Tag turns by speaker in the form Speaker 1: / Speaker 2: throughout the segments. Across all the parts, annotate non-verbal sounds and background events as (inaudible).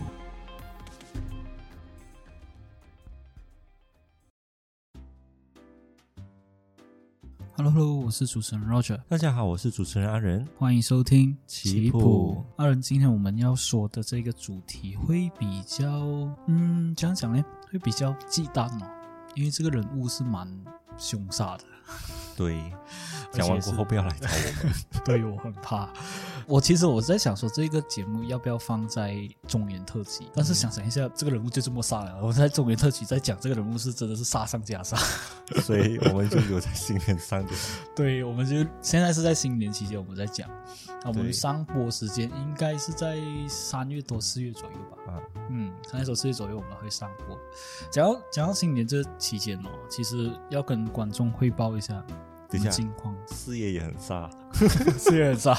Speaker 1: Hello Hello，我是主持人 Roger，
Speaker 2: 大家好，我是主持人阿仁。
Speaker 1: 欢迎收听
Speaker 2: 棋谱
Speaker 1: 谱。二人，今天我们要说的这个主题会比较，嗯，怎样讲呢？会比较忌惮哦，因为这个人物是蛮凶杀的。
Speaker 2: 对，讲完过后不要来找我们。
Speaker 1: 对我很怕。 (laughs) 我其实我在想说，这个节目要不要放在中原特辑？但
Speaker 2: 嗯
Speaker 1: 是想想一下，这个人物就这么杀了。我在中原特辑在讲这个人物是真的是杀上加杀。 (laughs)
Speaker 2: (laughs) 所以我们就留在新年上就好。
Speaker 1: 对，我们就现在是在新年期间我们在讲，那我
Speaker 2: 对
Speaker 1: 们上播时间应该是在三月多四月左右吧。
Speaker 2: 啊，
Speaker 1: 嗯，三月多四月左右我们会上播。讲到讲到新年这期间哦，其实要跟观众汇报一下我
Speaker 2: 等
Speaker 1: 们
Speaker 2: 一下啊
Speaker 1: 近
Speaker 2: (laughs)
Speaker 1: 况。
Speaker 2: 事业也很差。
Speaker 1: 四月杀。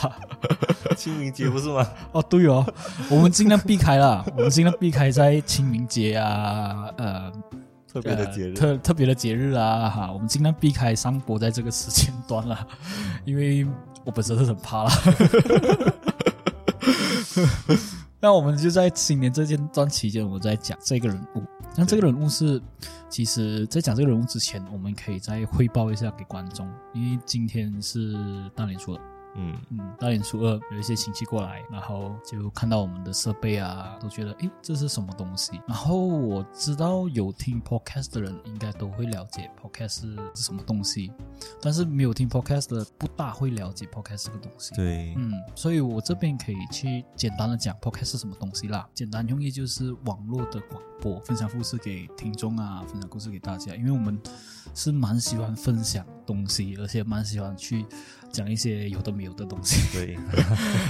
Speaker 2: 清明节不是吗？ (laughs)
Speaker 1: 哦，对哦， (laughs) 我们尽量避开啦，我们尽量避开在清明节啊，呃，
Speaker 2: 特别的节
Speaker 1: 呃
Speaker 2: 日。
Speaker 1: 特特别的节日啊，哈，我们尽量避开上播在这个时间段啦， (laughs) 因为我本身是很怕啦。 (laughs) 那我们就在新年这阶段期间，我在讲这个人物。那这个人物是，其实，在讲这个人物之前，我们可以再汇报一下给观众，因为今天是大年初了。
Speaker 2: 嗯，
Speaker 1: 嗯，大年初二有一些亲戚过来，然后就看到我们的设备啊，都觉得诶，这是什么东西？然后我知道有听 podcast 的人应该都会了解 podcast 是是什么东西，但是没有听 podcast 的不大会了解 podcast 这个东西。
Speaker 2: 对，
Speaker 1: 嗯，所以我这边可以去简单的讲 podcast 是什么东西啦。简单用意就是网络的广播，分享故事给听众啊，分享故事给大家。因为我们是蛮喜欢分享东西，而且蛮喜欢去讲一些有的没有的东西， (laughs)
Speaker 2: 对，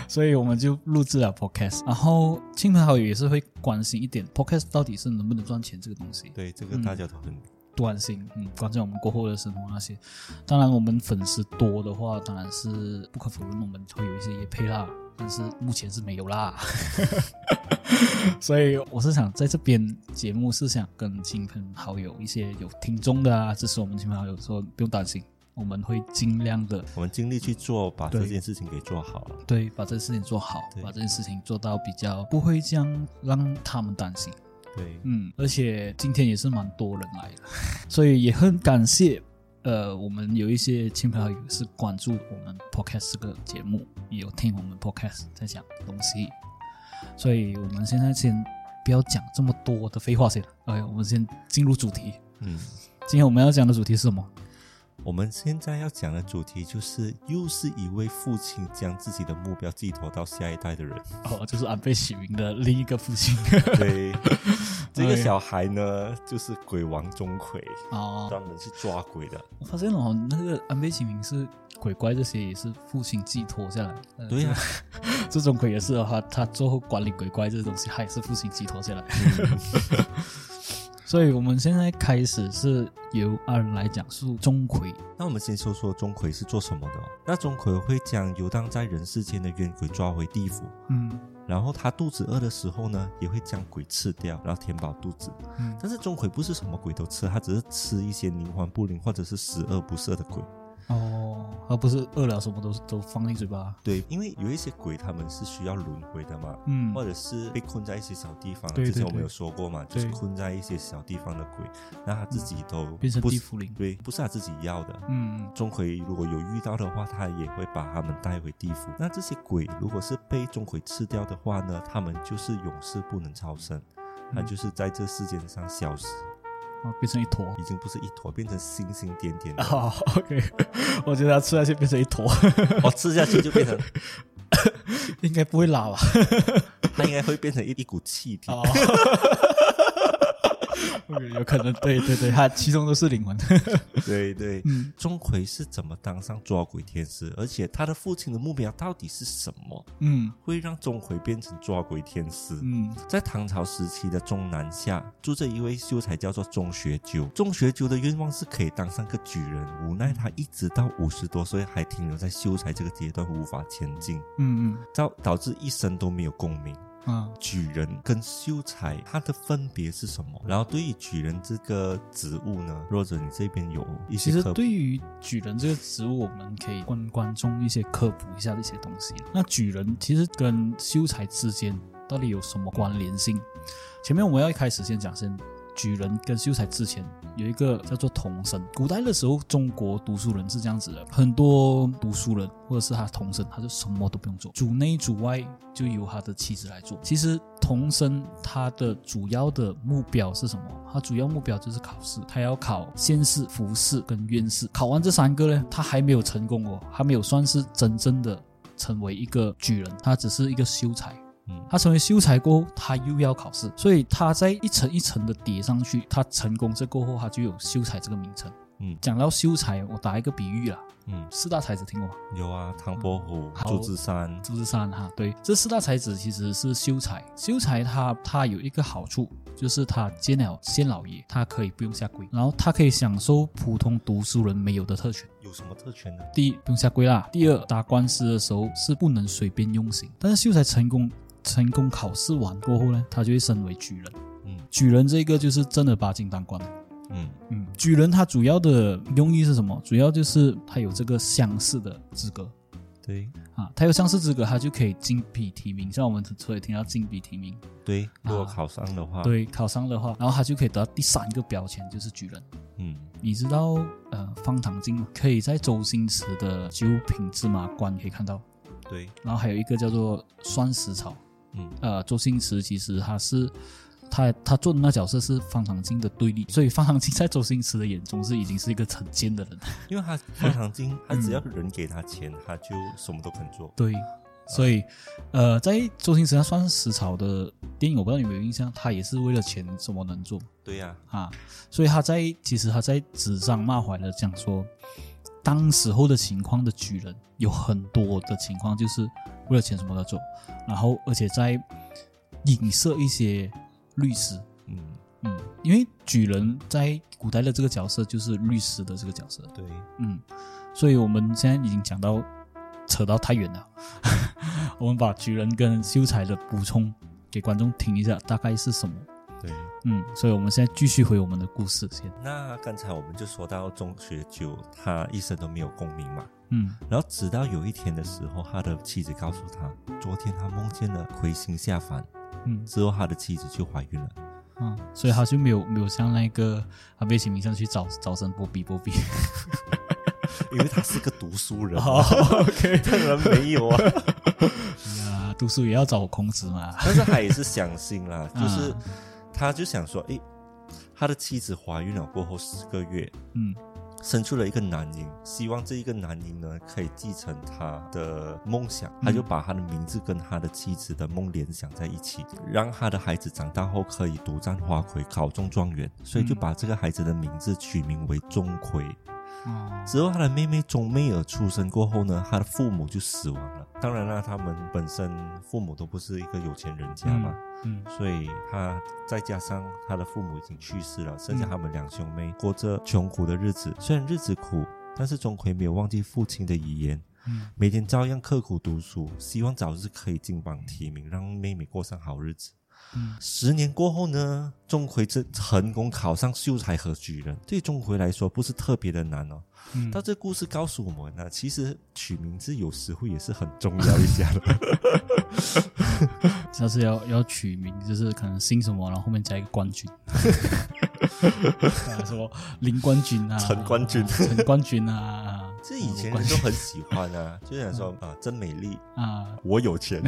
Speaker 1: 所以我们就录制了 podcast。然后亲朋好友也是会关心一点 podcast 到底是能不能赚钱这个东西。
Speaker 2: 对，这个大家都很
Speaker 1: 关心，嗯，关心我们过后的生活那些。当然，我们粉丝多的话，当然是不可否认，我们会有一些业配啦，但是目前是没有啦。 (laughs) 所以我是想在这边节目是想跟亲朋好友一些有听众的啊，支持我们亲朋好友说不用担心，我们会尽量的
Speaker 2: 我们尽力去做，把这
Speaker 1: 对
Speaker 2: 件事情给做好了。
Speaker 1: 对把这件事情做好
Speaker 2: 对，
Speaker 1: 把这件事情做到比较不会这样让他们担心。
Speaker 2: 对，
Speaker 1: 嗯，而且今天也是蛮多人来的，所以也很感谢。呃，我们有一些亲朋好友是关注我们 podcast 这个节目，也有听我们 podcast 在讲东西，所以我们现在先不要讲这么多的废话先，OK，我们先进入主题。
Speaker 2: 嗯，
Speaker 1: 今天我们要讲的主题是什么？
Speaker 2: 我们现在要讲的主题就是，又是一位父亲将自己的目标寄托到下一代的人。
Speaker 1: 哦，就是安倍喜明的另一个父亲。
Speaker 2: 对，这个小孩呢，就是鬼王钟馗，
Speaker 1: (laughs) 哦，
Speaker 2: 专门去抓鬼的。
Speaker 1: 我发现哦，那个安倍晴明是鬼怪这些也是父亲寄托下来。呃
Speaker 2: 对啊呀、
Speaker 1: 这种鬼也是的话，他最后管理鬼怪这东西，他也是父亲寄托下来。 (laughs) 所以我们现在开始是由二人来讲述钟馗。
Speaker 2: 那我们先说说钟馗是做什么的哦。那钟馗会将游荡在人世间的冤鬼抓回地府，
Speaker 1: 嗯
Speaker 2: 然后他肚子饿的时候呢，也会将鬼吃掉，然后填饱肚子。
Speaker 1: 嗯
Speaker 2: 但是钟馗不是什么鬼都吃，他只是吃一些灵魂不灵或者是十恶不赦的鬼。
Speaker 1: 哦，而不是饿了什么都都放进嘴巴。
Speaker 2: 对，因为有一些鬼他们是需要轮回的嘛，
Speaker 1: 嗯，
Speaker 2: 或者是被困在一些小地方。
Speaker 1: 对
Speaker 2: 之前
Speaker 1: 对
Speaker 2: 我们
Speaker 1: 对
Speaker 2: 有说过嘛，就是
Speaker 1: 对嗯
Speaker 2: 困在一些小地方的鬼，那他自己都
Speaker 1: 变成
Speaker 2: 不
Speaker 1: 地
Speaker 2: 是
Speaker 1: 府灵。
Speaker 2: 对，不是他自己要的。
Speaker 1: 嗯，
Speaker 2: 钟馗如果有遇到的话，他也会把他们带回地府。那这些鬼如果是被钟馗吃掉的话呢，他们就是永世不能超生，他
Speaker 1: 嗯
Speaker 2: 就是在这世界上消失，
Speaker 1: 啊，变成一坨。 (laughs)
Speaker 2: 已经不是一坨，变成星星点点的。
Speaker 1: 哦，OK，我 (laughs) 觉得它吃下去变成一坨， (laughs)
Speaker 2: 我、哦吃下去就变成，
Speaker 1: 应该不会拉吧？
Speaker 2: 它应该会变成一一股气体。
Speaker 1: 哦，OK，有可能，对对对，它其中都是灵魂。 (laughs)
Speaker 2: 对对，
Speaker 1: 嗯
Speaker 2: 钟馗是怎么当上抓鬼天师？而且他的父亲的目标到底是什么，
Speaker 1: 嗯
Speaker 2: 会让钟馗变成抓鬼天师？
Speaker 1: 嗯
Speaker 2: 在唐朝时期的终南下住着一位秀才，叫做钟学究。钟学究的愿望是可以当上个举人，无奈他一直到五十多岁还停留在秀才这个阶段，无法前进，
Speaker 1: 嗯
Speaker 2: 导导致一生都没有功名。
Speaker 1: 嗯啊
Speaker 2: 举人跟秀才它的分别是什么？然后对于举人这个职务呢，若者你这边有一
Speaker 1: 其实
Speaker 2: 些科普
Speaker 1: 对于举人这个职务，我们可以跟观众一些科普一下这些东西。那举人其实跟秀才之间到底有什么关联性？前面我们要一开始先讲先。举人跟秀才之前有一个叫做童生。古代的时候，中国读书人是这样子的，很多读书人或者是他童生，他就什么都不用做，主内主外就由他的妻子来做。其实童生他的主要的目标是什么？他主要目标就是考试，他要考县试、服试跟院试。考完这三个呢，他还没有成功哦，还没有算是真正的成为一个举人，他只是一个秀才。
Speaker 2: 嗯
Speaker 1: 他成为秀才过后，他又要考试，所以他在一层一层的叠上去，他成功这过后，他就有秀才这个名称。
Speaker 2: 嗯
Speaker 1: 讲到秀才，我打一个比喻啦，
Speaker 2: 嗯
Speaker 1: 四大才子听过吗？
Speaker 2: 有啊，唐伯虎、
Speaker 1: 好
Speaker 2: 祝枝山，
Speaker 1: 朱枝山哈，对，这四大才子其实是秀才。秀才他他有一个好处，就是他见了县老爷，他可以不用下跪，然后他可以享受普通读书人没有的特权。
Speaker 2: 有什么特权呢？
Speaker 1: 第一不用下跪啦，第二打官司的时候是不能随便用刑。但是秀才成功成功考试完过后呢，他就会升为举人。
Speaker 2: 嗯
Speaker 1: 举人这个就是正儿八经当官的。
Speaker 2: 嗯
Speaker 1: 嗯，举人他主要的用意是什么？主要就是他有这个乡试的资格
Speaker 2: 对
Speaker 1: 啊，他有乡试资格，他就可以进笔提名。像我们所以听到进笔提名，
Speaker 2: 对，如
Speaker 1: 啊
Speaker 2: 果考上的话，，
Speaker 1: 对，考上的话，然后他就可以得到第三个标签，就是举人。
Speaker 2: 嗯
Speaker 1: 你知道呃方唐镜吗？可以在周星驰的《九品芝麻官》可以看到，
Speaker 2: 对，
Speaker 1: 然后还有一个叫做酸石草。 (laughs)
Speaker 2: 嗯
Speaker 1: 呃，周星驰其实他是他他做的那角色是方唐镜的对立，所以方唐镜在周星驰的眼中是已经是一个成奸的人，
Speaker 2: 因为他方唐镜，他只要人给他钱，他就什么都肯做。
Speaker 1: (laughs) 对，所以呃，在周星驰他算是食草的电影，我不知道你有没有印象，他也是为了钱什么能做
Speaker 2: 对呀，
Speaker 1: 啊，所以他在其实他在纸上骂怀的讲说，当时候的情况的举人有很多的情况就是为了钱什么都做，然后而且在影射一些律师。
Speaker 2: 嗯，
Speaker 1: 嗯，因为举人在古代的这个角色就是律师的这个角色，
Speaker 2: 对，
Speaker 1: 嗯，所以我们现在已经讲到扯到太远了， (laughs) 我们把举人跟秀才的补充给观众听一下，大概是什么？
Speaker 2: 对。
Speaker 1: 嗯，所以我们现在继续回我们的故事先，
Speaker 2: 那刚才我们就说到钟学究，他一生都没有功名嘛。
Speaker 1: 嗯
Speaker 2: 然后直到有一天的时候，他的妻子告诉他，昨天他梦见了魁星下凡，
Speaker 1: 嗯
Speaker 2: 之后他的妻子就怀孕了。
Speaker 1: 啊，所以他就没有没有像那个阿贝清明上去找找神波比波比，
Speaker 2: 因为他是个读书人嘛，
Speaker 1: (laughs) 好，OK，
Speaker 2: 当然没有啊。
Speaker 1: 啊，读书也要找孔子嘛，
Speaker 2: 但是他也是相信
Speaker 1: (laughs)
Speaker 2: 啦，就是
Speaker 1: 啊
Speaker 2: 他就想说，诶，他的妻子怀孕了过后十个月，
Speaker 1: 嗯
Speaker 2: 生出了一个男婴，希望这一个男婴呢可以继承他的梦想，
Speaker 1: 嗯
Speaker 2: 他就把他的名字跟他的妻子的梦联想在一起，让他的孩子长大后可以独占花魁，考中状元，所以就
Speaker 1: 嗯
Speaker 2: 把这个孩子的名字取名为钟馗。
Speaker 1: 哦，
Speaker 2: 之后，他的妹妹钟妹儿出生过后呢，他的父母就死亡了。当然啦，他们本身父母都不是一个有钱人家嘛，
Speaker 1: 嗯
Speaker 2: 所以他再加上他的父母已经去世了，剩下他们两兄妹过着穷苦的日子。虽然日子苦，但是钟馗没有忘记父亲的遗言，
Speaker 1: 嗯
Speaker 2: 每天照样刻苦读书，希望早日可以金榜题名，让妹妹过上好日子。
Speaker 1: 嗯
Speaker 2: 十年过后呢，钟馗这成功考上秀才和举人，对钟馗来说不是特别的难哦。
Speaker 1: 嗯，
Speaker 2: 但这故事告诉我们呢、其实取名字有时会也是很重要一下的。
Speaker 1: 下次要要取名，就是可能姓什么，然后后面加一个冠
Speaker 2: (laughs)
Speaker 1: 军，啊、什么林冠军啊，
Speaker 2: 陈冠军
Speaker 1: 啊陈冠军啊，
Speaker 2: 这以前
Speaker 1: 我冠
Speaker 2: 人都
Speaker 1: 军
Speaker 2: 很喜欢啊，就想说啊，真美丽，
Speaker 1: 啊。
Speaker 2: 我有钱，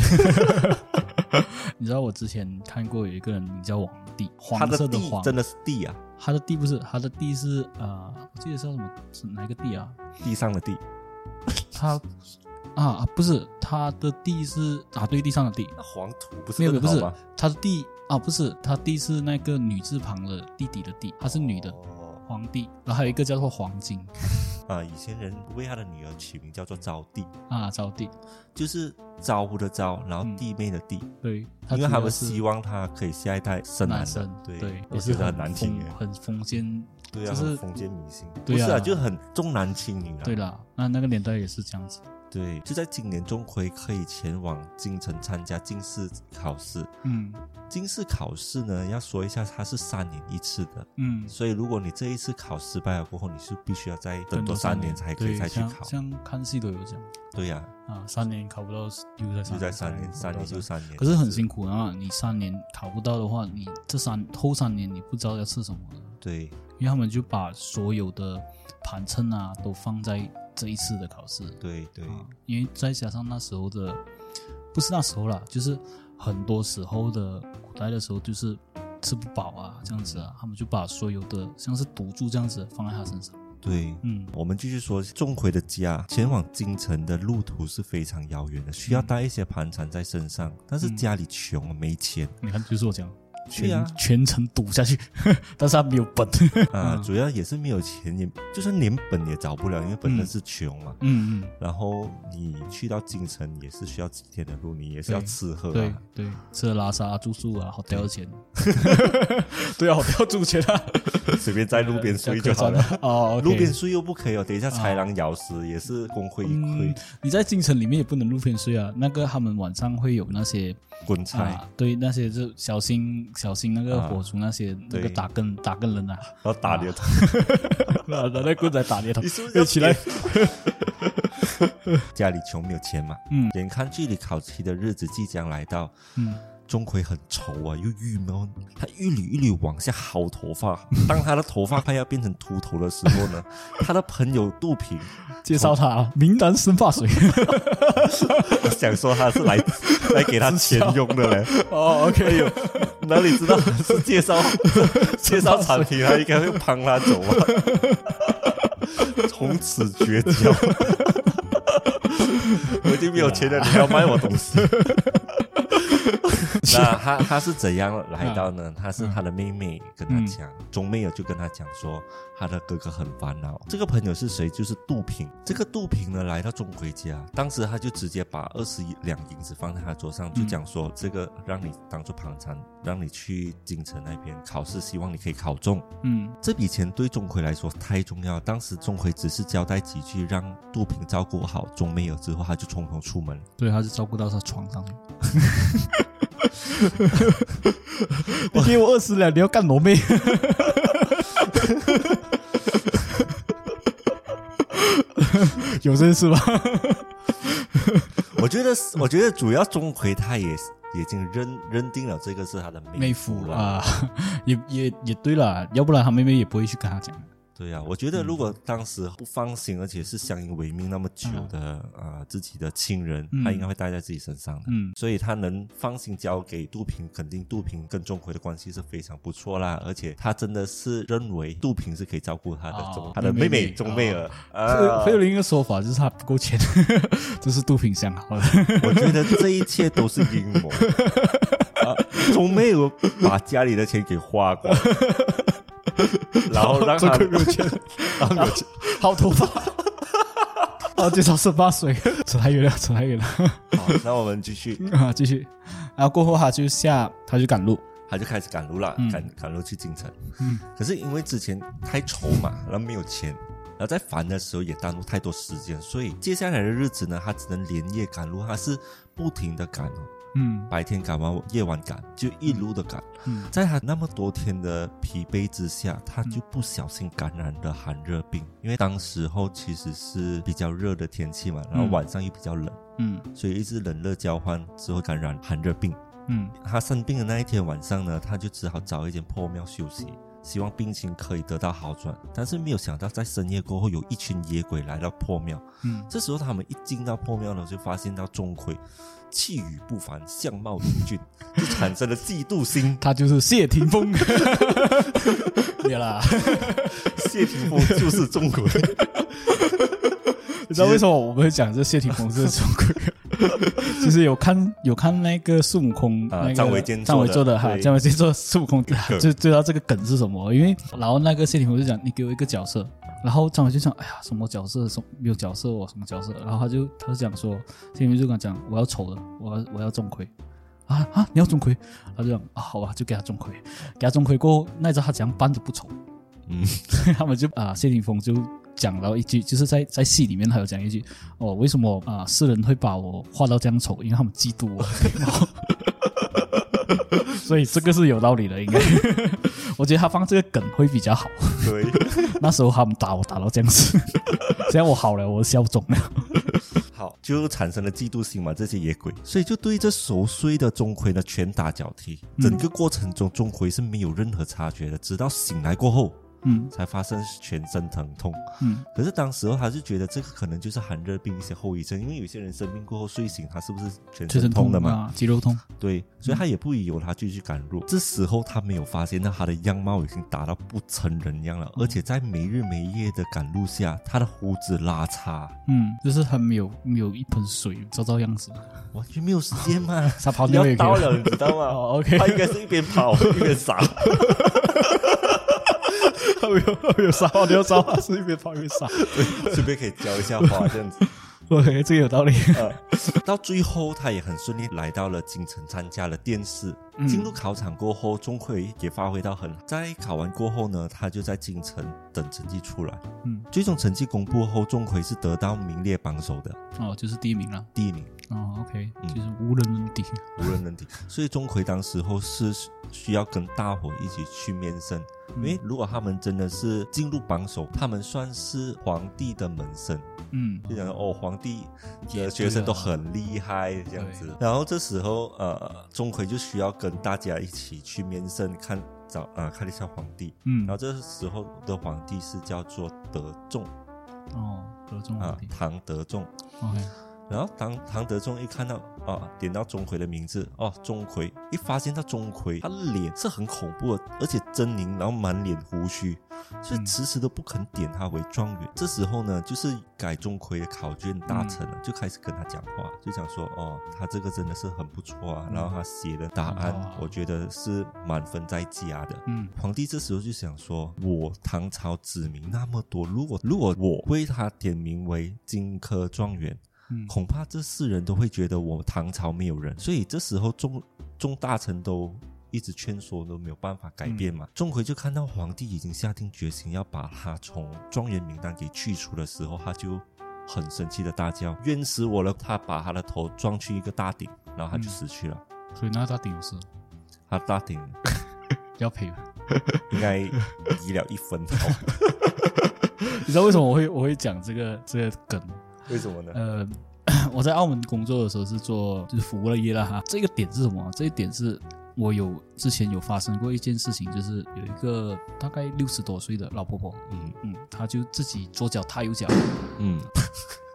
Speaker 1: 你知道我之前看过有一个人名叫皇帝，
Speaker 2: 他
Speaker 1: 黄
Speaker 2: 的
Speaker 1: 色
Speaker 2: 地
Speaker 1: 黄，
Speaker 2: 真的是地啊，
Speaker 1: 他的帝不是他的帝是呃，我记得是叫什么是哪一个帝啊？
Speaker 2: 地上的地。
Speaker 1: 他啊不是他的帝是啊对地上的帝，
Speaker 2: 那黄土不是
Speaker 1: 没有
Speaker 2: 更
Speaker 1: 不
Speaker 2: 好
Speaker 1: 是
Speaker 2: 吗？
Speaker 1: 他的帝啊不是他帝是那个女字旁的弟弟的弟，她是女的。
Speaker 2: 哦
Speaker 1: 皇帝，然后还有一个叫做黄金
Speaker 2: 啊，以前人为他的女儿取名叫做招娣，
Speaker 1: 啊，招娣，
Speaker 2: 就是招呼的招，然后
Speaker 1: 嗯
Speaker 2: 弟妹的弟，
Speaker 1: 对，
Speaker 2: 因为他们
Speaker 1: 希
Speaker 2: 希望他可以下一代生男
Speaker 1: 男
Speaker 2: 的
Speaker 1: 生，，
Speaker 2: 对
Speaker 1: 对，，
Speaker 2: 我
Speaker 1: 也
Speaker 2: 觉
Speaker 1: 是
Speaker 2: 得很难听耶
Speaker 1: 封，很封建，
Speaker 2: 对啊，
Speaker 1: 就是
Speaker 2: 很封建迷信，
Speaker 1: 对
Speaker 2: 不是啊，
Speaker 1: 啊
Speaker 2: 就很重男轻女啊，
Speaker 1: 对啦，那那个年代也是这样子，
Speaker 2: 对，就在今年，钟馗可以前往京城参加进士考试。
Speaker 1: 嗯
Speaker 2: 进士考试呢，要说一下，它是三年一次的，
Speaker 1: 嗯，
Speaker 2: 所以如果你这一次考失败了过后，你是必须要再等多三年才可以
Speaker 1: 对
Speaker 2: 再去
Speaker 1: 像
Speaker 2: 考。
Speaker 1: 像看戏都有讲
Speaker 2: 对呀、
Speaker 1: 啊，三年考不到，又在
Speaker 2: 就在三
Speaker 1: 三
Speaker 2: 年，
Speaker 1: 考
Speaker 2: 三
Speaker 1: 不到
Speaker 2: 年就三年，
Speaker 1: 啊可是很辛苦啊！你三年考不到的话，你这三后三年你不知道要吃什么了，
Speaker 2: 对，
Speaker 1: 因为他们就把所有的盘秤啊都放在这一次的考试，
Speaker 2: 对对，
Speaker 1: 啊，因为再加上那时候的，不是那时候啦，就是很多时候的古代的时候，就是吃不饱啊，这样子啊，他们就把所有的像是赌注这样子放在他身上。
Speaker 2: 对。
Speaker 1: 嗯
Speaker 2: 我们继续说，钟馗的家前往京城的路途是非常遥远的，需
Speaker 1: 嗯
Speaker 2: 要带一些盘缠在身上。但是家里穷，啊没钱
Speaker 1: 你看，嗯就是我讲，
Speaker 2: 对
Speaker 1: 全、
Speaker 2: 啊
Speaker 1: 全程赌下去， (laughs) 但是他没有本。 (laughs)
Speaker 2: 啊，主要也是没有钱，也就算连本也找不了，因为本身是穷嘛。
Speaker 1: 嗯
Speaker 2: 然后你去到京城也是需要几天的路，你也是要
Speaker 1: 对
Speaker 2: 吃喝、
Speaker 1: 嗯，
Speaker 2: 啊。
Speaker 1: 对对，吃了拉撒啊、住宿啊，好掉的钱。 (laughs) 对啊，好掉住钱啊，
Speaker 2: 随便在路
Speaker 1: (laughs)
Speaker 2: 边睡就
Speaker 1: 加
Speaker 2: 好了
Speaker 1: 客。栈啊。哦，OK，
Speaker 2: 路边睡又不可以哦，等一下豺狼咬死也是功亏一篑
Speaker 1: 嗯。你在京城里面也不能路边睡啊，那个他们晚上会有那些
Speaker 2: 滚菜，啊
Speaker 1: 啊，对，那些就小心小心那个火烛那些、那个
Speaker 2: 对
Speaker 1: 打更打更
Speaker 2: (laughs)
Speaker 1: 人啊，
Speaker 2: 然后打你的头。
Speaker 1: 拿拿那棍子来打猎头，
Speaker 2: 你是不是
Speaker 1: 哎
Speaker 2: 要
Speaker 1: 起来？
Speaker 2: 家里穷没有钱嘛，
Speaker 1: 嗯，
Speaker 2: 眼看距离考期的日子即将来到，
Speaker 1: 嗯，
Speaker 2: 钟馗很愁啊，又郁闷哦，他一缕一缕往下薅头发。当他的头发快要变成秃头的时候呢，
Speaker 1: (laughs)
Speaker 2: 他的朋友杜平
Speaker 1: 介绍他明南生发
Speaker 2: (laughs)
Speaker 1: 水。
Speaker 2: 我想说他是
Speaker 1: (laughs)
Speaker 2: 来来给他钱用的嘞，
Speaker 1: 哦
Speaker 2: 哎
Speaker 1: ，OK，
Speaker 2: 呦，哪里知道是介绍介绍产品，他应该会帮他走啊，从此绝交。 (laughs) 我已经没有钱了，你要卖我东西？那他他 (laughs) 是嗯怎样来到呢？他是他的妹妹跟他讲，钟妹友就跟他讲说，他的哥哥很烦恼。这个朋友是谁？就是杜平。这个杜平呢，来到钟馗家，当时他就直接把二十两银子放在他桌上，就讲说，这个让你当做盘缠，让你去京城那边考试，希望你可以考中。
Speaker 1: (laughs) 嗯
Speaker 2: 这笔钱对钟馗来说太重要，当时钟馗只是交代几句，让杜平照顾好钟妹友之后，他就匆匆出门。
Speaker 1: 所以他就照顾到他床上去。你给我二十两，你要干我
Speaker 2: (laughs)
Speaker 1: 妹？有这事吗？
Speaker 2: (laughs) 我觉得，我觉得主要钟馗他也已经认认定了这个是他的
Speaker 1: 妹
Speaker 2: 夫
Speaker 1: 夫
Speaker 2: 了。
Speaker 1: 啊， (laughs) 也也也对了，要不然他妹妹也不会去跟他讲。
Speaker 2: 对
Speaker 1: 嗯
Speaker 2: 呀、我觉得如果当时不放心，而且是相依为命那么久的啊、呃自己的亲人，
Speaker 1: 嗯
Speaker 2: 他应该会带在自己身上的。
Speaker 1: 嗯
Speaker 2: 所以他能放心交给杜平，肯定杜平跟钟馗的关系是非常不错啦。而且他真的是认为杜平是可以照顾他的
Speaker 1: 哦
Speaker 2: 钟、他的妹
Speaker 1: 妹妹
Speaker 2: 妹钟妹儿。啊
Speaker 1: 会会有另一个说法，就是他不够钱， (laughs) 这是杜品啊相好的。
Speaker 2: 我觉得这一切都是阴
Speaker 1: (laughs)
Speaker 2: 谋。啊，钟妹有把家里的钱给
Speaker 1: (laughs)
Speaker 2: 花光，然后让
Speaker 1: 这
Speaker 2: 他
Speaker 1: 个没有 (laughs) 钱，
Speaker 2: 然后
Speaker 1: 好头发， (laughs) 然后介绍十八岁， (laughs) 扯太远了，扯太远了 (laughs)
Speaker 2: 好，那我们继续，
Speaker 1: 啊！继续，然后过后他就下，他就赶路，
Speaker 2: 他就开始赶路了，赶赶路去京城。
Speaker 1: 嗯
Speaker 2: 可是因为之前太愁嘛，然后没有钱。然后在烦的时候也耽误太多时间，所以接下来的日子呢，他只能连夜赶路，他是不停的赶哦。
Speaker 1: 嗯
Speaker 2: 白天赶完，夜晚赶，就一路的赶。
Speaker 1: 嗯
Speaker 2: 在他那么多天的疲惫之下，他就不小心感染了寒热病。因为当时候其实是比较热的天气嘛，然后
Speaker 1: 嗯
Speaker 2: 晚上又比较冷，
Speaker 1: 嗯
Speaker 2: 所以一直冷热交换之后感染寒热病。
Speaker 1: 嗯
Speaker 2: 他生病的那一天晚上呢，他就只好找一间破庙休息，希望病情可以得到好转。但是没有想到，在深夜过后，有一群野鬼来到破庙。
Speaker 1: 嗯。
Speaker 2: 这时候他们一进到破庙呢，就发现到钟馗气宇不凡，相貌英俊，就产生了嫉妒心
Speaker 1: (laughs) 他就是谢霆锋， (laughs) 没有啦。
Speaker 2: 谢霆锋就是钟馗，
Speaker 1: (laughs) 你知道为什么我们会讲这谢霆锋是中国人？
Speaker 2: (laughs)
Speaker 1: 其实有看有看那个孙悟空，
Speaker 2: 啊
Speaker 1: 那个
Speaker 2: 张卫健
Speaker 1: 张
Speaker 2: 做的
Speaker 1: 伟做的哈，
Speaker 2: 对
Speaker 1: 张伟健做孙悟空，
Speaker 2: 梗
Speaker 1: 就知道这个梗是什么。因为然后那个谢霆锋就讲，你给我一个角色，然后张伟健讲，哎呀，什么角色？什么没有角色我什么角色？然后他就他就讲说，谢霆锋就跟他讲，我要丑的，我要我要钟馗。啊啊！你要钟馗，他就讲啊，好吧，就给他钟馗，给他钟馗过后，那你知道他怎样扮的不丑？
Speaker 2: 嗯，
Speaker 1: (laughs) 他们就啊、谢霆锋就讲到一句，就是在在戏里面他有讲一句，哦，为什么啊、世人会把我画到这样丑？因为他们嫉妒我 (laughs) 的美貌。所以这个是有道理的，应该。 (laughs) 我觉得他放这个梗会比较好。
Speaker 2: 对。
Speaker 1: 那时候他们打我打到这样子， (laughs) 现在我好了，我消肿了。
Speaker 2: 好，就产生了嫉妒心嘛，这些野鬼，所以就对这熟睡的钟馗呢拳打脚踢。整个过程中，钟馗是没有任何察觉的，直到醒来过后
Speaker 1: 嗯
Speaker 2: 才发生全身疼痛。
Speaker 1: 嗯
Speaker 2: 可是当时候他就觉得这个可能就是寒热病一些后遗症，因为有些人生病过后睡醒，他是不是全
Speaker 1: 全
Speaker 2: 身
Speaker 1: 身
Speaker 2: 痛
Speaker 1: 痛
Speaker 2: 的嘛？
Speaker 1: 啊，肌肉痛。
Speaker 2: 对，所以他也不宜由他继续赶路。这时候他没有发现到他的样貌已经达到不成人样了，
Speaker 1: 嗯
Speaker 2: 而且在没日没夜的赶路下，他的胡子拉碴，
Speaker 1: 嗯，就是很没有没有一盆水，照照样子。
Speaker 2: 完全没有时
Speaker 1: (laughs)
Speaker 2: 间嘛。
Speaker 1: 他跑
Speaker 2: 要
Speaker 1: 掉也可以
Speaker 2: 到了，你知道吗？
Speaker 1: 哦，OK
Speaker 2: 他应该是一边跑一边 (laughs) 傻，
Speaker 1: 他没有他没有撒泡尿，撒泡是一边跑一边撒。
Speaker 2: 顺便可以浇一下花这样子。
Speaker 1: (laughs) OK，这个有道理。
Speaker 2: 到最后，他也很顺利来到了京城，参加了殿试。
Speaker 1: 嗯
Speaker 2: 进入考场过后，钟馗也发挥到很。在考完过后呢，他就在京城等成绩出来。
Speaker 1: 嗯，
Speaker 2: 最终成绩公布后，钟馗是得到名列榜首的
Speaker 1: 哦，就是第一名了。
Speaker 2: 第一名，
Speaker 1: 哦，OK，
Speaker 2: 嗯
Speaker 1: 就是无人能敌。
Speaker 2: 无人
Speaker 1: (laughs)
Speaker 2: 能敌。所以钟馗当时候是需要跟大伙一起去面圣，
Speaker 1: 嗯
Speaker 2: 因为如果他们真的是进入榜首，他们算是皇帝的门生。
Speaker 1: 嗯
Speaker 2: 就讲哦，皇帝的学生都很厉害这样子
Speaker 1: 对。
Speaker 2: 然后这时候呃，钟馗就需要跟大家一起去面圣看找啊、呃看一下皇帝。
Speaker 1: 嗯
Speaker 2: 然后，这时候的皇帝是叫做德仲
Speaker 1: 哦，得中
Speaker 2: 啊
Speaker 1: 皇帝，。
Speaker 2: 唐德仲。
Speaker 1: OK，
Speaker 2: 然后唐唐德宗一看到啊，点到钟馗的名字哦，钟馗一发现到钟馗，他的脸是很恐怖的，而且狰狞，然后满脸胡须，所以
Speaker 1: 嗯
Speaker 2: 迟迟都不肯点他为状元。这时候呢，就是改钟馗的考卷大臣
Speaker 1: 嗯
Speaker 2: 了，就开始跟他讲话，就讲说哦，他这个真的是很不错啊，然后他写的答案，
Speaker 1: 嗯很好啊
Speaker 2: 我觉得是满分在加的。
Speaker 1: 嗯
Speaker 2: 皇帝这时候就想说，我唐朝子民那么多，如果如果我为他点名为金科状元，
Speaker 1: 嗯
Speaker 2: 恐怕这世人都会觉得我唐朝没有人，所以这时候众众大臣都一直劝说，都没有办法改变嘛。钟馗就看到皇帝已经下定决心要把他从状元名单给去除的时候，他就很生气的大叫：“冤死我了！”他把他的头撞去一个大鼎，然后他就
Speaker 1: 嗯
Speaker 2: 死去了。
Speaker 1: 所以那他顶是
Speaker 2: 他大 (laughs) 鼎
Speaker 1: 要赔。 (laughs)
Speaker 2: 应该移了一分头，
Speaker 1: 你知道为什么我会我会讲这个这个梗？
Speaker 2: (laughs) 为什么呢？
Speaker 1: 呃， (coughs) 我在澳门工作的时候是做就是服务业了哈。这个点是什么？啊这一点是我有之前有发生过一件事情，就是有一个大概六十多岁的老婆婆，
Speaker 2: 嗯
Speaker 1: 嗯，她就自己左脚踏右脚，
Speaker 2: 嗯，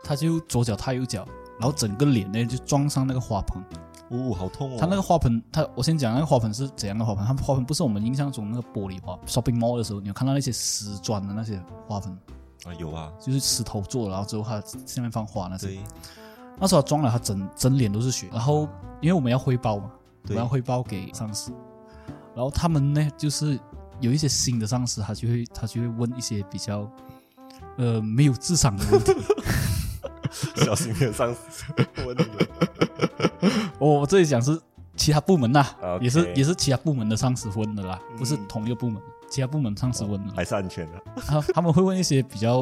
Speaker 1: 她就左脚踏右脚，然后整个脸呢就撞上那个花盆。
Speaker 2: 呜、好痛哦！
Speaker 1: 它那个花盆，它我先讲那个花盆是怎样的花盆，它花盆不是我们印象中那个玻璃花。shopping mall 的时候，你有看到那些石砖的那些花盆，
Speaker 2: 啊有啊，
Speaker 1: 就是石头做的，然后之后它下面放花那些
Speaker 2: 对。啊
Speaker 1: 那时候它装了，它整整脸都是血。然后因为我们要汇报嘛，我
Speaker 2: 对
Speaker 1: 们要汇报给上司，然后他们呢就是有一些新的上司，他就会他就会问一些比较呃没有智商的问题。
Speaker 2: (laughs) 小心点上司问你们。
Speaker 1: 我我这里讲是其他部门呐、
Speaker 2: OK
Speaker 1: 也是也是其他部门的上司问的啦，不是
Speaker 2: 嗯
Speaker 1: 同一个部门，其他部门上司问的啦。
Speaker 2: 还是安全的。
Speaker 1: 他他们会问一些比较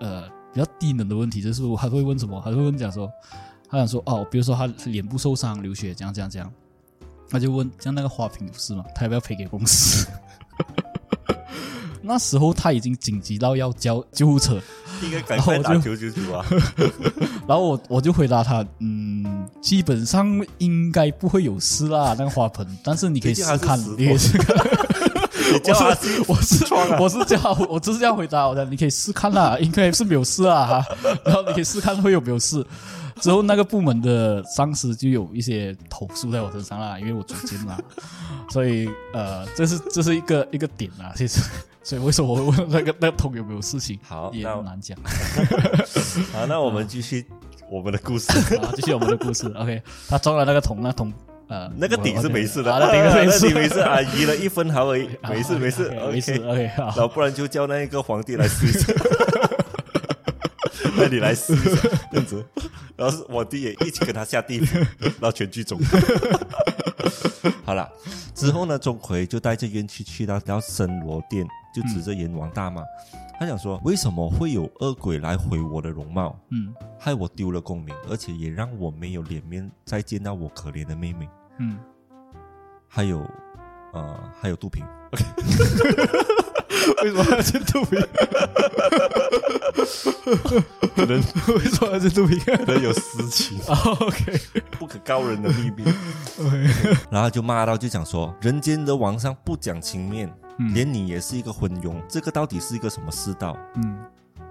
Speaker 1: 呃比较低能的问题，就是他会问什么？他会问讲说他想说哦，比如说他脸部受伤、流血，这样这样这样，他就问，像那个花瓶不是吗？他要不要赔给公司？那时候他已经紧急到要叫救护车，
Speaker 2: 应该赶快
Speaker 1: 哦然后我
Speaker 2: 打
Speaker 1: 就
Speaker 2: 九九九啊！
Speaker 1: 然后我我就回答他，嗯，基本上应该不会有事啦，那个花
Speaker 2: (laughs)
Speaker 1: 盆，但是你可以试
Speaker 2: 毕竟还是
Speaker 1: 看
Speaker 2: 石，头
Speaker 1: 你可以试看。
Speaker 2: (laughs) 你叫他去
Speaker 1: 我是
Speaker 2: 撞啊
Speaker 1: 我是这样， (laughs) 我就是这样回答我的，你可以试看啦，应该是没有事啊，然后你可以试看会有没有事。之后那个部门的上司就有一些投诉在我身上啦，因为我主见啦，所以呃，这是这是一个一个点啦，其实，所以为什么我会问那个那个桶有没有事情，
Speaker 2: 好
Speaker 1: 也
Speaker 2: 那
Speaker 1: 很难讲。
Speaker 2: 好，啊那我们继续我们的
Speaker 1: (laughs)
Speaker 2: 故事。
Speaker 1: 啊，继续我们的故 (laughs) 事。OK，他装了那个桶，那桶呃，
Speaker 2: 那个顶是没事的，
Speaker 1: (laughs) 啊、那顶
Speaker 2: (laughs)
Speaker 1: 是没事，
Speaker 2: 啊那顶没事啊，移了一分毫而已，没事没事
Speaker 1: 没事。
Speaker 2: OK
Speaker 1: OK，好
Speaker 2: 然，后不然就叫那个皇帝来试一
Speaker 1: (laughs)
Speaker 2: 下，那你来试一下，这样子。然后是皇帝也一起跟他下地府，然后全
Speaker 1: (laughs)
Speaker 2: 剧终。好了，之后呢，钟馗就带着冤屈去到到森罗殿，就指着阎王大骂，他想说：为什么会有恶鬼来毁我的容貌，
Speaker 1: 嗯
Speaker 2: 害我丢了功名，而且也让我没有脸面再见到我可怜的妹妹，
Speaker 1: 嗯，
Speaker 2: 还有，呃， (laughs) 还有杜平。
Speaker 1: 为什么要去肚皮？
Speaker 2: 可能
Speaker 1: 为什么要去肚皮？ (laughs)
Speaker 2: 可能有私情，
Speaker 1: OK
Speaker 2: (laughs) 不可告人的秘密。
Speaker 1: OK，
Speaker 2: (laughs) 然后就骂到就讲说，人间的王上不讲情面，
Speaker 1: 嗯
Speaker 2: 连你也是一个昏庸，这个到底是一个什么世道？
Speaker 1: 嗯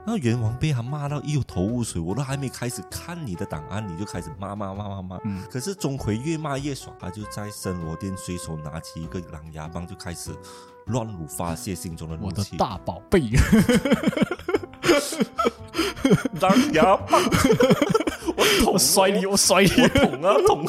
Speaker 2: 那元王被他骂到一头雾水，我都还没开始看你的档案，你就开始骂骂骂骂骂。
Speaker 1: 嗯
Speaker 2: 可是钟馗越骂越爽，他就在森罗殿随手拿起一个狼牙棒，就开始乱舞发泄心中的怒
Speaker 1: 我的
Speaker 2: 气。
Speaker 1: 大宝贝，
Speaker 2: 狼牙棒，我
Speaker 1: (laughs)
Speaker 2: 捅
Speaker 1: 我摔你，我摔你
Speaker 2: 我捅啊捅，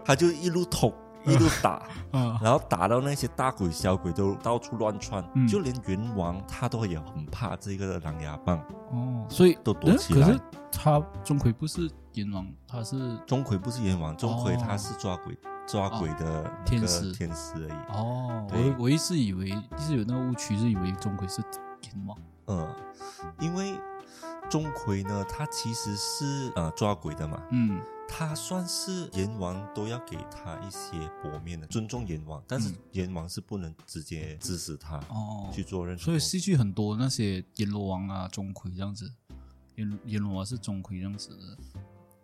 Speaker 2: (laughs) 他就一路捅一路打， (laughs)
Speaker 1: 啊！
Speaker 2: 然后打到那些大鬼小鬼都到处乱窜，
Speaker 1: 嗯
Speaker 2: 就连云王他都也很怕这个狼牙棒。
Speaker 1: 哦，所以
Speaker 2: 都躲
Speaker 1: 嗯
Speaker 2: 起来
Speaker 1: 可是他钟馗不是阎王，他是
Speaker 2: 钟馗不是阎王，钟馗
Speaker 1: 哦
Speaker 2: 他是抓鬼、抓鬼的那个
Speaker 1: 天使
Speaker 2: 天使而已。
Speaker 1: 哦，
Speaker 2: 对
Speaker 1: 我我一直以为一直有那个误区，是以为钟馗是阎王。
Speaker 2: 嗯，因为钟馗呢，他其实是呃抓鬼的嘛，
Speaker 1: 嗯
Speaker 2: 他算是阎王都要给他一些薄面的尊重阎王，但是
Speaker 1: 嗯
Speaker 2: 阎王是不能直接指使他
Speaker 1: 哦，
Speaker 2: 去做任何
Speaker 1: 所
Speaker 2: 东
Speaker 1: 以
Speaker 2: 西。
Speaker 1: 戏剧很多那些阎罗王啊、钟馗这样子，阎阎罗王是钟馗这样子的。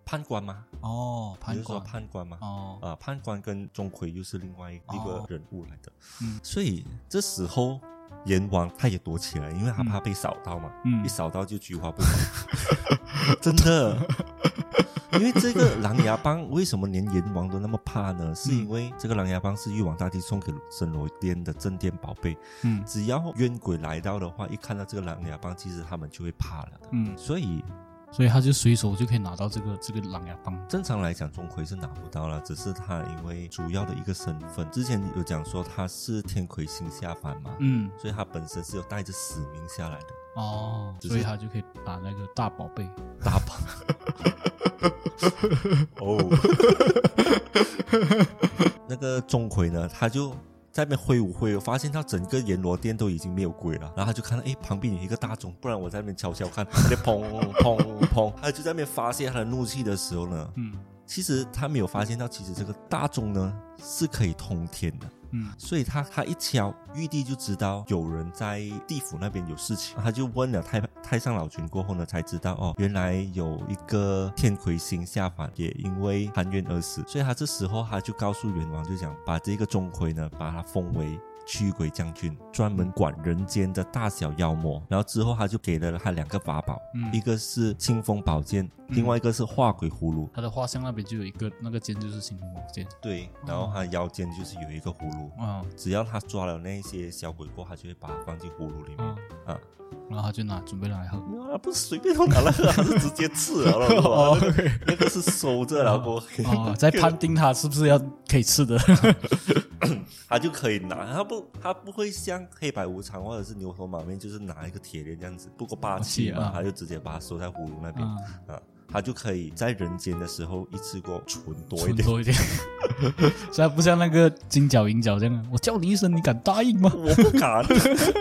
Speaker 2: 判官吗？
Speaker 1: 哦，
Speaker 2: 你
Speaker 1: 判
Speaker 2: 是说
Speaker 1: 官，
Speaker 2: 判官吗？
Speaker 1: 哦，
Speaker 2: 啊，判官跟钟馗又是另外一个
Speaker 1: 哦
Speaker 2: 人物来的，
Speaker 1: 嗯
Speaker 2: 所以这时候阎王他也躲起来，因为他怕被扫到嘛，
Speaker 1: 嗯
Speaker 2: 一扫到就菊花不保， (laughs) 真的。因为这个狼牙棒，为什么连阎王都那么怕呢？
Speaker 1: 嗯
Speaker 2: 是因为这个狼牙棒是玉皇大帝送给森罗殿的镇殿宝贝，
Speaker 1: 嗯
Speaker 2: 只要冤鬼来到的话，一看到这个狼牙棒，其实他们就会怕了的。
Speaker 1: 嗯，
Speaker 2: 所以
Speaker 1: 所以他就随手就可以拿到这个这个狼牙棒。
Speaker 2: 正常来讲，钟馗是拿不到了，只是他因为主要的一个身份，之前有讲说他是天魁星下凡嘛，
Speaker 1: 嗯，
Speaker 2: 所以他本身是有带着使命下来的。
Speaker 1: 哦，
Speaker 2: 只
Speaker 1: 所以
Speaker 2: 是
Speaker 1: 他就可以把那个大宝贝。
Speaker 2: 大棒。哦，那个钟馗呢，他就在那边挥舞挥舞，发现他整个阎罗殿都已经没有鬼了，然后他就看到哎旁边有一个大钟，不然我在那边悄悄看，在砰砰砰，他就在那边发泄他的怒气的时候呢，
Speaker 1: 嗯
Speaker 2: 其实他没有发现到，其实这个大钟呢是可以通天的。
Speaker 1: 嗯
Speaker 2: 所以他他一敲，玉帝就知道有人在地府那边有事情，他就问了太太上老君过后呢，才知道哦，原来有一个天魁星下凡，也因为含冤而死，所以他这时候他就告诉元王，就讲把这个钟馗呢，把他封为。驱鬼将军专门管人间的大小妖魔，然后之后他就给了他两个法宝，
Speaker 1: 嗯
Speaker 2: 一，个是清风宝剑，另外一个是化鬼葫芦。
Speaker 1: 他的画像那边就有一个那个剑，就是青龙宝剑。
Speaker 2: 对，然后他腰间就是有一个葫芦，
Speaker 1: 啊
Speaker 2: 只要他抓了那些小鬼过，他就会把它放进葫芦里面
Speaker 1: 啊，
Speaker 2: 啊。
Speaker 1: 然后他就拿准备拿来喝。
Speaker 2: 没有啦，不是随便都拿来喝，他是直接吃了了， (laughs) 好不好那个是收着，然后
Speaker 1: (laughs) 哦，
Speaker 2: (laughs)
Speaker 1: 在判定他是不是要可以吃的。
Speaker 2: 他就可以拿，他不他不会像黑白无常或者是牛头马面，就是拿一个铁链这样子，不够霸气
Speaker 1: 霸气
Speaker 2: 嘛
Speaker 1: 啊，
Speaker 2: 他就直接把它收在葫芦那边
Speaker 1: 啊，
Speaker 2: 啊。他就可以在人间的时候一次过存多一
Speaker 1: 存
Speaker 2: 点，
Speaker 1: 多一点， (laughs) 虽然不像那个金角银角这样，啊我叫你一声，你敢答应吗？
Speaker 2: 我不敢。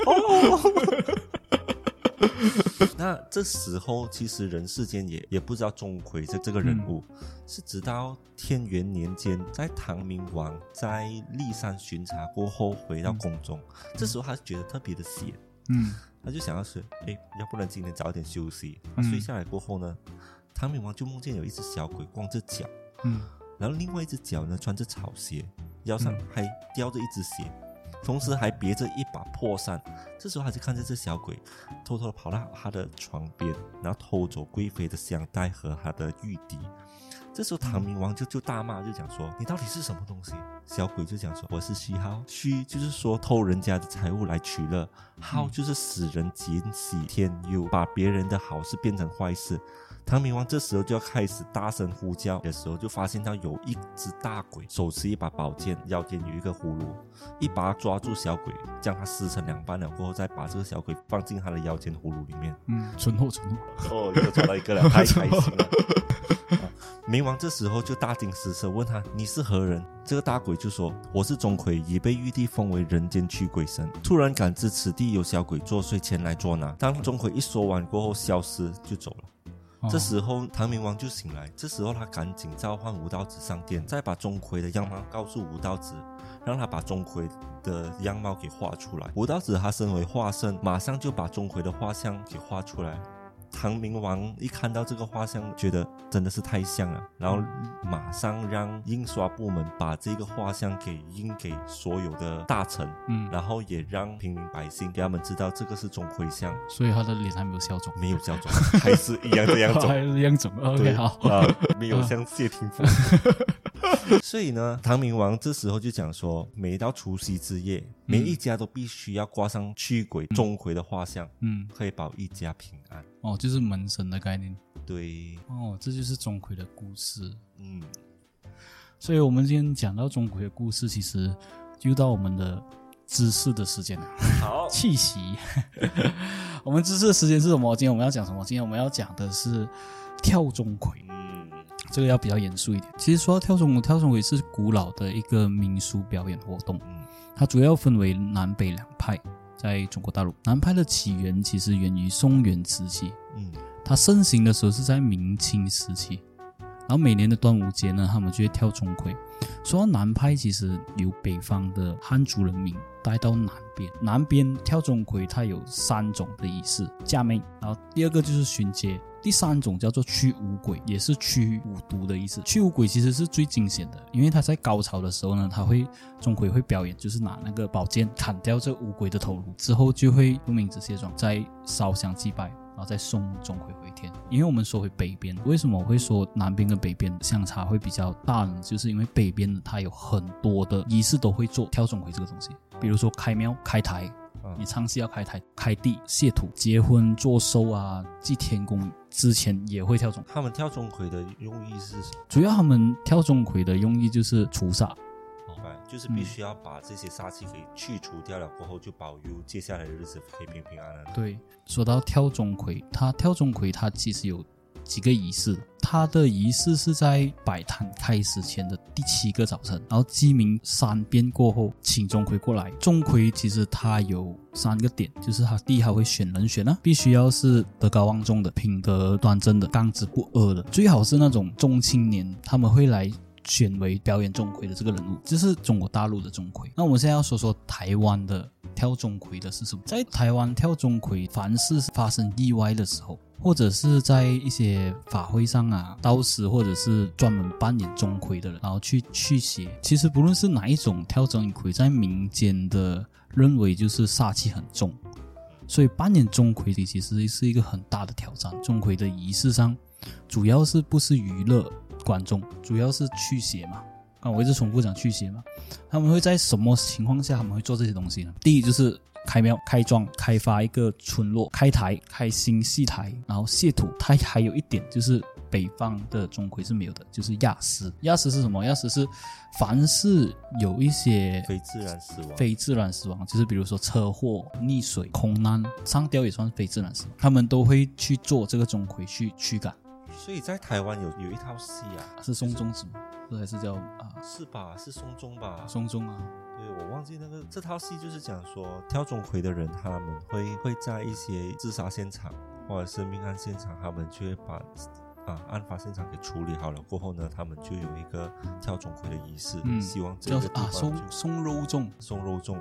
Speaker 2: 哦，那这时候其实人世间也也不知道钟馗这这个人物，是直到天元年间，在唐明王在骊山巡查过后回到宫中，这时候他觉得特别的闲，
Speaker 1: 嗯
Speaker 2: 他就想要说，哎，要不然今天早点休息。他
Speaker 1: 嗯
Speaker 2: 睡下来过后呢，唐明王就梦见有一只小鬼光着脚，
Speaker 1: 嗯
Speaker 2: 然后另外一只脚呢穿着草鞋，腰上还叼着一只鞋，同时还别着一把破扇。这时候他就看见这小鬼偷偷的跑到他的床边，然后偷走贵妃的香袋和他的玉笛。这时候唐明王就就大骂，就讲说：“你到底是什么东西？”小鬼就讲说：“我是虚耗，虚就是说偷人家的财物来取乐，耗就是使人锦喜天忧，把别人的好事变成坏事。”唐明王这时候就要开始大声呼叫的时候，就发现到有一只大鬼手持一把宝剑，腰间有一个葫芦，一把抓住小鬼，将他撕成两半了，过后再把这个小鬼放进他的腰间葫芦里面。
Speaker 1: 嗯，存货存货，
Speaker 2: 哦，又找到一个了，太开心了。啊冥王这时候就大惊失色，问他：“你是何人？”这个大鬼就说：“我是钟馗，已被玉帝封为人间驱鬼神。突然感知此地有小鬼作祟，前来捉拿。当钟馗一说完过后，消失就走了。
Speaker 1: 哦
Speaker 2: 这时候唐明王就醒来，这时候他赶紧召唤吴道子上殿，再把钟馗的样貌告诉吴道子，让他把钟馗的样貌给画出来。吴道子他身为画圣，马上就把钟馗的画像给画出来。唐明王一看到这个画像，觉得真的是太像了，然后马上让印刷部门把这个画像给印给所有的大臣，
Speaker 1: 嗯，
Speaker 2: 然后也让平民百姓给他们知道这个是钟馗像，
Speaker 1: 所以他的脸还没有消肿，
Speaker 2: 没有叫钟，还是一样这样走。
Speaker 1: (laughs) 还是样肿。
Speaker 2: 对
Speaker 1: OK，好，
Speaker 2: 啊，没有像谢霆锋。所以呢，唐明王这时候就讲说，每到除夕之夜，每一家都必须要挂上驱鬼钟馗的画像，
Speaker 1: 嗯，
Speaker 2: 可以保一家平安。
Speaker 1: 哦，就是门神的概念。
Speaker 2: 对，
Speaker 1: 哦，这就是钟馗的故事。
Speaker 2: 嗯，
Speaker 1: 所以我们今天讲到钟馗的故事，其实又到我们的知识的时间了。
Speaker 2: 好，
Speaker 1: 气息。 (laughs) 我们知识的时间是什么？今天我们要讲什么？今天我们要讲的是跳钟馗，
Speaker 2: 嗯，
Speaker 1: 这个要比较严肃一点。其实说到跳钟馗，跳钟馗是古老的一个民俗表演活动，
Speaker 2: 嗯
Speaker 1: 它主要分为南北两派。在中国大陆，南派的起源其实源于宋元时期，
Speaker 2: 嗯，
Speaker 1: 它盛行的时候是在明清时期。然后每年的端午节呢，他们就会跳钟馗。说到南派，其实由北方的汉族人民带到南边，南边跳钟馗它有三种的仪式：嫁妹，然后第二个就是巡街，第三种叫做驱五鬼，也是驱五毒的意思。驱五鬼其实是最惊险的，因为他在高潮的时候呢，他会钟馗会表演，就是拿那个宝剑砍掉这五鬼的头颅之后，就会用冥纸卸妆，再烧香祭拜。然后再送钟馗回天。因为我们说回北边，为什么我会说南边跟北边相差会比较大呢？就是因为北边它有很多的仪式都会做跳钟馗这个东西，比如说开庙、开台。
Speaker 2: 啊
Speaker 1: 你唱戏要开台、开地、谢土、结婚、做寿啊、祭天公之前也会跳钟馗。
Speaker 2: 他们跳钟馗的用意是什么？
Speaker 1: 主要他们跳钟馗的用意就是除煞，哦
Speaker 2: 明白，哎就是
Speaker 1: 嗯
Speaker 2: 必须要把这些煞气给去除掉了过后，就保佑接下来的日子可以平平安安。
Speaker 1: 对，说到跳钟馗，它跳钟馗它其实有几个仪式，它的仪式是在摆摊开始前的第七个早晨，然后鸡鸣三遍过后，请钟馗过来。钟馗其实它有三个点，就是它第一它会选人选啊，必须要是德高望重的、品德端正的、刚直不阿的，最好是那种中青年，他们会来选为表演钟馗的这个人物，这是中国大陆的钟馗。那我们现在要说说台湾的跳钟馗的是什么？在台湾跳钟馗，凡是发生意外的时候，或者是在一些法会上啊，道士或者是专门扮演钟馗的人，然后去驱邪。其实不论是哪一种跳钟馗，在民间的认为就是煞气很重，所以扮演钟馗其实是一个很大的挑战。钟馗的仪式上，主要是不是娱乐观众，主要是驱邪嘛。啊，我一直重复讲驱邪嘛。他们会在什么情况下他们会做这些东西呢？第一就是开庙、开庄、开发一个村落、开台、开新戏台，然后卸土。它还有一点就是北方的钟馗是没有的，就是压尸。压尸是什么？压尸是凡是有一些
Speaker 2: 非自然死亡，
Speaker 1: 非自然死亡，就是比如说车祸、溺水、空难、上吊也算是非自然死亡，他们都会去做这个钟馗去驱赶，
Speaker 2: 所以在台湾有有一套戏啊，
Speaker 1: 是松钟子吗？这还是叫啊
Speaker 2: 是吧？是松钟吧？
Speaker 1: 松钟啊？
Speaker 2: 对，我忘记那个这套戏就是讲说，跳钟馗的人他们会会在一些自杀现场，或者是命案现场，他们就会把啊案发现场给处理好了过后呢，他们就有一个跳钟馗的仪式，
Speaker 1: 嗯
Speaker 2: 希望这
Speaker 1: 叫
Speaker 2: 个地
Speaker 1: 啊
Speaker 2: 方就
Speaker 1: 松松肉粽，
Speaker 2: 送肉粽，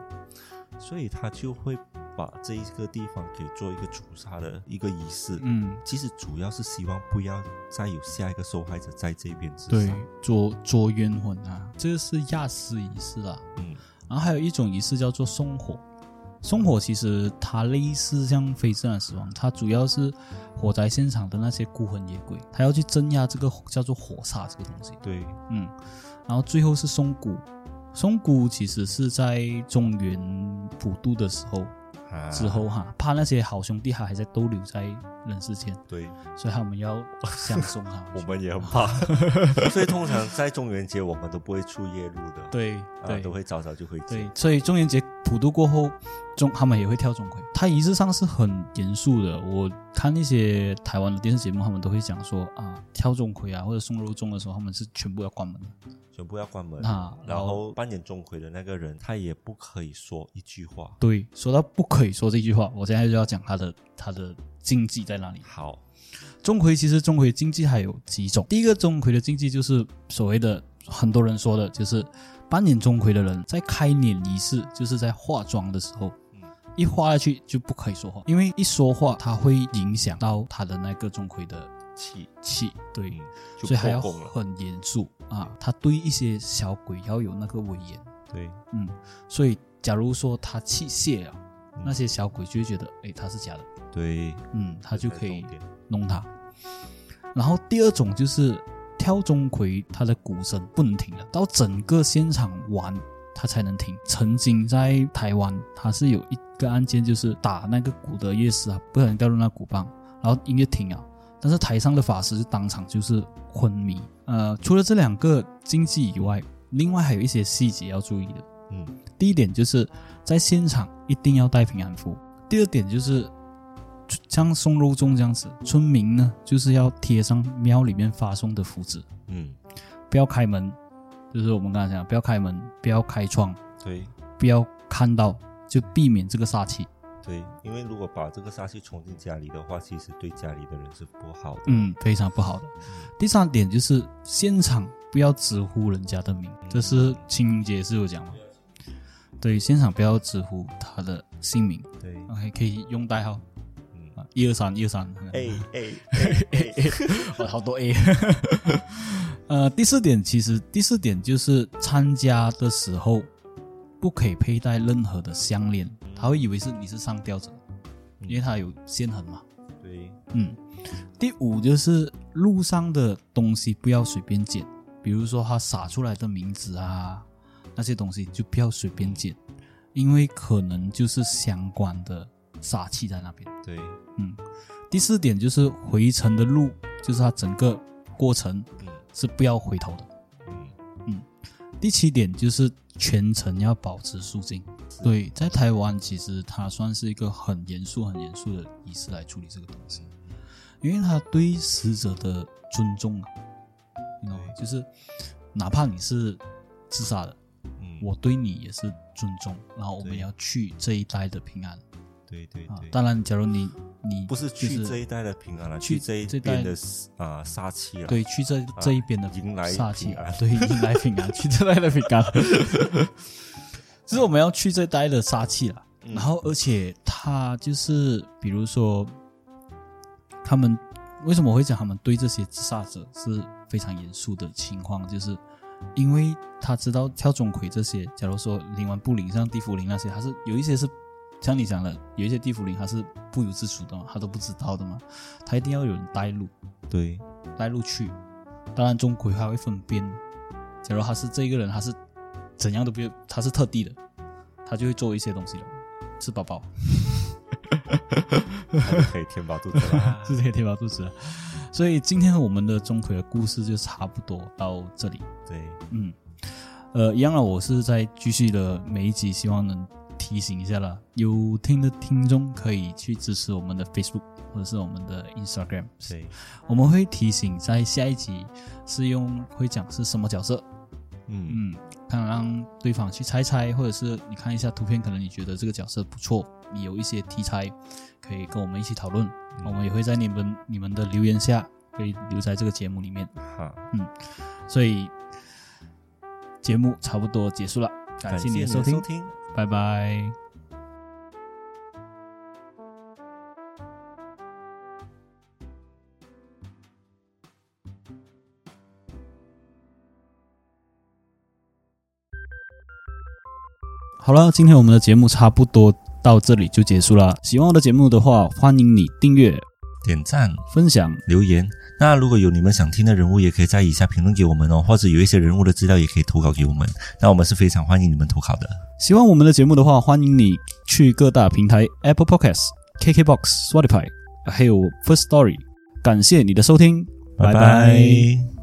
Speaker 2: 所以他就会把这一个地方给做一个屠杀的一个仪式。
Speaker 1: 嗯，
Speaker 2: 其实主要是希望不要再有下一个受害者在这边之
Speaker 1: 对
Speaker 2: 上。，
Speaker 1: 捉捉冤魂啊，这个是亚斯仪式啊。
Speaker 2: 嗯，
Speaker 1: 然后还有一种仪式叫做送火。送火其实它类似像非自然死亡，它主要是火灾现场的那些孤魂野鬼，它要去镇压这个叫做火煞这个东西。
Speaker 2: 对，
Speaker 1: 嗯，然后最后是松骨，松骨其实是在中原普渡的时候
Speaker 2: 啊，
Speaker 1: 之后哈，怕那些好兄弟还还在逗留在人世间，
Speaker 2: 对，
Speaker 1: 所以他们要相送啊哈。
Speaker 2: (laughs) 我们也
Speaker 1: (laughs)
Speaker 2: 很怕，所以通常在中元节我们都不会出夜路的，
Speaker 1: 对
Speaker 2: 啊，
Speaker 1: 对
Speaker 2: 都会早早就回家。
Speaker 1: 对，所以中元节普渡过后，中他们也会跳钟馗。它仪式上是很严肃的，我看一些台湾的电视节目，他们都会讲说啊，跳钟馗啊或者送肉粽的时候，他们是全部要关门的。
Speaker 2: 全部要关门。
Speaker 1: 啊
Speaker 2: 然
Speaker 1: 然后
Speaker 2: 后扮演钟馗的那个人，他也不可以说一句话。
Speaker 1: 对，说到不可以说这句话，我现在就要讲他的他的禁忌在哪里。
Speaker 2: 好，
Speaker 1: 钟馗其实钟馗禁忌还有几种，第一个钟馗的禁忌就是所谓的很多人说的，就是扮演钟馗的人在开脸仪式，就是在化妆的时候
Speaker 2: 嗯。
Speaker 1: 一化下去就不可以说话，因为一说话，它会影响到他的那个钟馗的
Speaker 2: 气
Speaker 1: 气，对
Speaker 2: 嗯，，
Speaker 1: 所
Speaker 2: 就
Speaker 1: 以还要
Speaker 2: 破功了。
Speaker 1: 很严肃啊。他对一些小鬼要有那个威严，
Speaker 2: 对，
Speaker 1: 嗯，所以假如说他气泄了，
Speaker 2: 嗯
Speaker 1: 那些小鬼就会觉得，哎，他是假的，
Speaker 2: 对，
Speaker 1: 嗯，他就可以
Speaker 2: 这才是重点
Speaker 1: 弄它。然后第二种就是跳钟馗，它的鼓声不能停了，到整个现场完它才能停。曾经在台湾，它是有一个案件，就是打那个鼓的乐师啊，不小心掉入那鼓棒，然后音乐停了，但是台上的法师就当场就是昏迷。呃，除了这两个禁忌以外，另外还有一些细节要注意的。
Speaker 2: 嗯，
Speaker 1: 第一点就是在现场一定要带平安符。第二点就是像送肉粽这样子，村民呢就是要贴上庙里面发送的符纸，
Speaker 2: 嗯，
Speaker 1: 不要开门，就是我们刚才讲，不要开门，不要开窗，
Speaker 2: 对
Speaker 1: 不要看到，就避免这个煞气。
Speaker 2: 对，因为如果把这个煞气冲进家里的话，其实对家里的人是不好的。
Speaker 1: 嗯，非常不好的。第三点就是现场不要直呼人家的名，这是清明节是有讲嘛？嗯对，现场不要直呼他的姓名。
Speaker 2: 对，
Speaker 1: OK，可以用代号
Speaker 2: 嗯，
Speaker 1: 嗯啊，一二三，一二三。
Speaker 2: 哎
Speaker 1: (laughs)
Speaker 2: 哎哎哎，
Speaker 1: 我好多 A。呃，第四点其实第四点就是参加的时候不可以佩戴任何的项链，他会以为是你是上吊者，
Speaker 2: 嗯
Speaker 1: 因为他有线痕嘛。
Speaker 2: 对，
Speaker 1: 嗯，第五就是路上的东西不要随便捡，比如说他撒出来的名字啊那些东西就不要随便捡，因为可能就是相关的煞气在那边。
Speaker 2: 对，
Speaker 1: 嗯，第四点就是回程的路，就是它整个过程
Speaker 2: 嗯
Speaker 1: 是不要回头的。
Speaker 2: 嗯，
Speaker 1: 第七点就是全程要保持肃静。对，在台湾其实它算是一个很严肃、很严肃的仪式来处理这个东西，因为它对死者的尊重啊，你懂吗？就是哪怕你是自杀的，
Speaker 2: 嗯，
Speaker 1: 我对你也是尊重，然后我们
Speaker 2: 对
Speaker 1: 要去这一代的平安
Speaker 2: 对对
Speaker 1: 啊
Speaker 2: 对。。
Speaker 1: 当然，假如你你
Speaker 2: 不是
Speaker 1: 就
Speaker 2: 去这一代的平安了，
Speaker 1: 去
Speaker 2: 去这一
Speaker 1: 这一
Speaker 2: 边
Speaker 1: 代
Speaker 2: 的啊煞气了。啊
Speaker 1: 对，去这这一边的
Speaker 2: 迎来
Speaker 1: 煞气
Speaker 2: 平安，
Speaker 1: 对，迎来平安， (laughs) 去这代的平安。就是我们要去这代的杀气了，
Speaker 2: 嗯，
Speaker 1: 然后而且他就是比如说，他们为什么会讲他们对这些自杀者是非常严肃的情况，就是因为他知道跳钟馗这些，假如说灵丸不灵，像地府灵那些，他是有一些是像你讲的，有一些地府灵他是不由自主的嘛，他都不知道的嘛，他一定要有人带路。 (laughs)
Speaker 2: 对
Speaker 1: 带入去。当然，钟馗还会分辨，假如他是这一个人，他是怎样的不，他是特地的，他就会做一些东西了，吃饱饱，。
Speaker 2: 他就可以填饱肚子了
Speaker 1: (laughs) 是这个填饱肚子了。啊所以今天我们的钟馗的故事就差不多到这里。
Speaker 2: 对，
Speaker 1: 嗯，呃，一样了，我是在继续的每一集，希望能提醒一下啦，有听的听众可以去支持我们的 Facebook 或者是我们的 Instagram。
Speaker 2: 对，
Speaker 1: 我们会提醒在下一集是用会讲是什么角色，
Speaker 2: 嗯，
Speaker 1: 嗯，看，让对方去猜猜，或者是你看一下图片，可能你觉得这个角色不错，你有一些题材可以跟我们一起讨论，我们也会在你们你们的留言下会留在这个节目里面。
Speaker 2: 哈，
Speaker 1: 所以节目差不多结束了，感
Speaker 2: 感
Speaker 1: 谢
Speaker 2: 谢
Speaker 1: 你
Speaker 2: 你
Speaker 1: 的
Speaker 2: 的
Speaker 1: 收听
Speaker 2: 收，听
Speaker 1: 拜拜。好了，今天我们的节目差不多到这里就结束了。喜欢我的节目的话，欢迎你订阅、
Speaker 2: 点赞。
Speaker 1: 分享。
Speaker 2: 留言。那如果有你们想听的人物，也可以在以下评论给我们哦，或者有一些人物的资料也可以投稿给我们。那我们是非常欢迎你们投稿的。
Speaker 1: 喜欢我们的节目的话，欢迎你去各大平台 Apple Podcasts、KKBox、Spotify，还有 First Story。感谢你的收听，拜
Speaker 2: 拜拜